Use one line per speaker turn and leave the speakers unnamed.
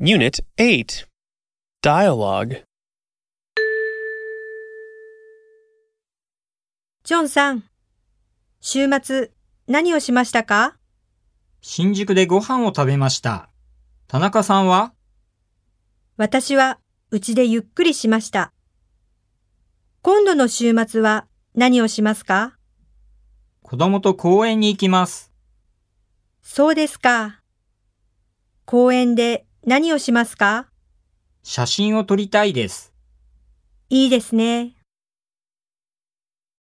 Unit 8 Dialogue
ジョンさん、週末何をしましたか
新宿でご飯を食べました。田中さんは
私はうちでゆっくりしました。今度の週末は何をしますか
子供と公園に行きます。
そうですか。公園で何をしますか
写真を撮りたいです。
いいですね。